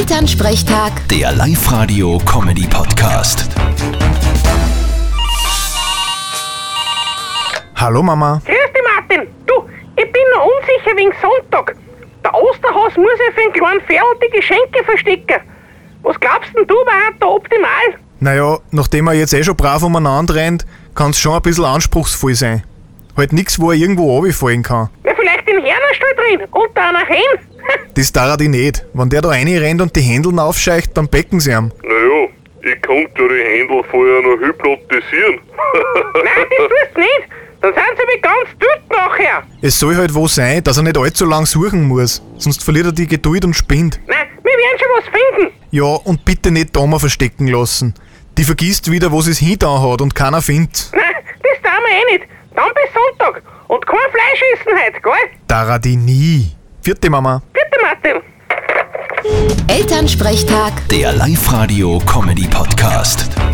Elternsprechtag, Der Live-Radio-Comedy-Podcast. Hallo Mama. Grüß dich, Martin. Du, ich bin noch unsicher wegen Sonntag. Der Osterhaus muss ja für einen kleinen Ferl die Geschenke verstecken. Was glaubst denn du, war da optimal? Naja, nachdem er jetzt eh schon brav umeinander rennt, kann es schon ein bisschen anspruchsvoll sein. Halt nix, wo er irgendwo runterfallen kann. Ja, vielleicht in Hernerstall drin und dann nach Hen. Das darf ich nicht. Wenn der da rennt und die Händeln aufscheucht, dann becken sie ihm. Naja, ich konnte die Händel vorher noch hypnotisieren. Nein, das tust du nicht. Dann sind sie mich ganz dort nachher. Es soll halt wo sein, dass er nicht allzu lang suchen muss, sonst verliert er die Geduld und spinnt. Nein, wir werden schon was finden. Ja, und bitte nicht da mal verstecken lassen. Die vergisst wieder, wo sie es hintan hat und keiner findet. Nein, das tun wir eh nicht. Dann bis Sonntag. Und kein Fleisch essen heute, gell? Dara die nie. Vierte Mama. Bitte, Martin. Elternsprechtag. Der Live-Radio-Comedy-Podcast.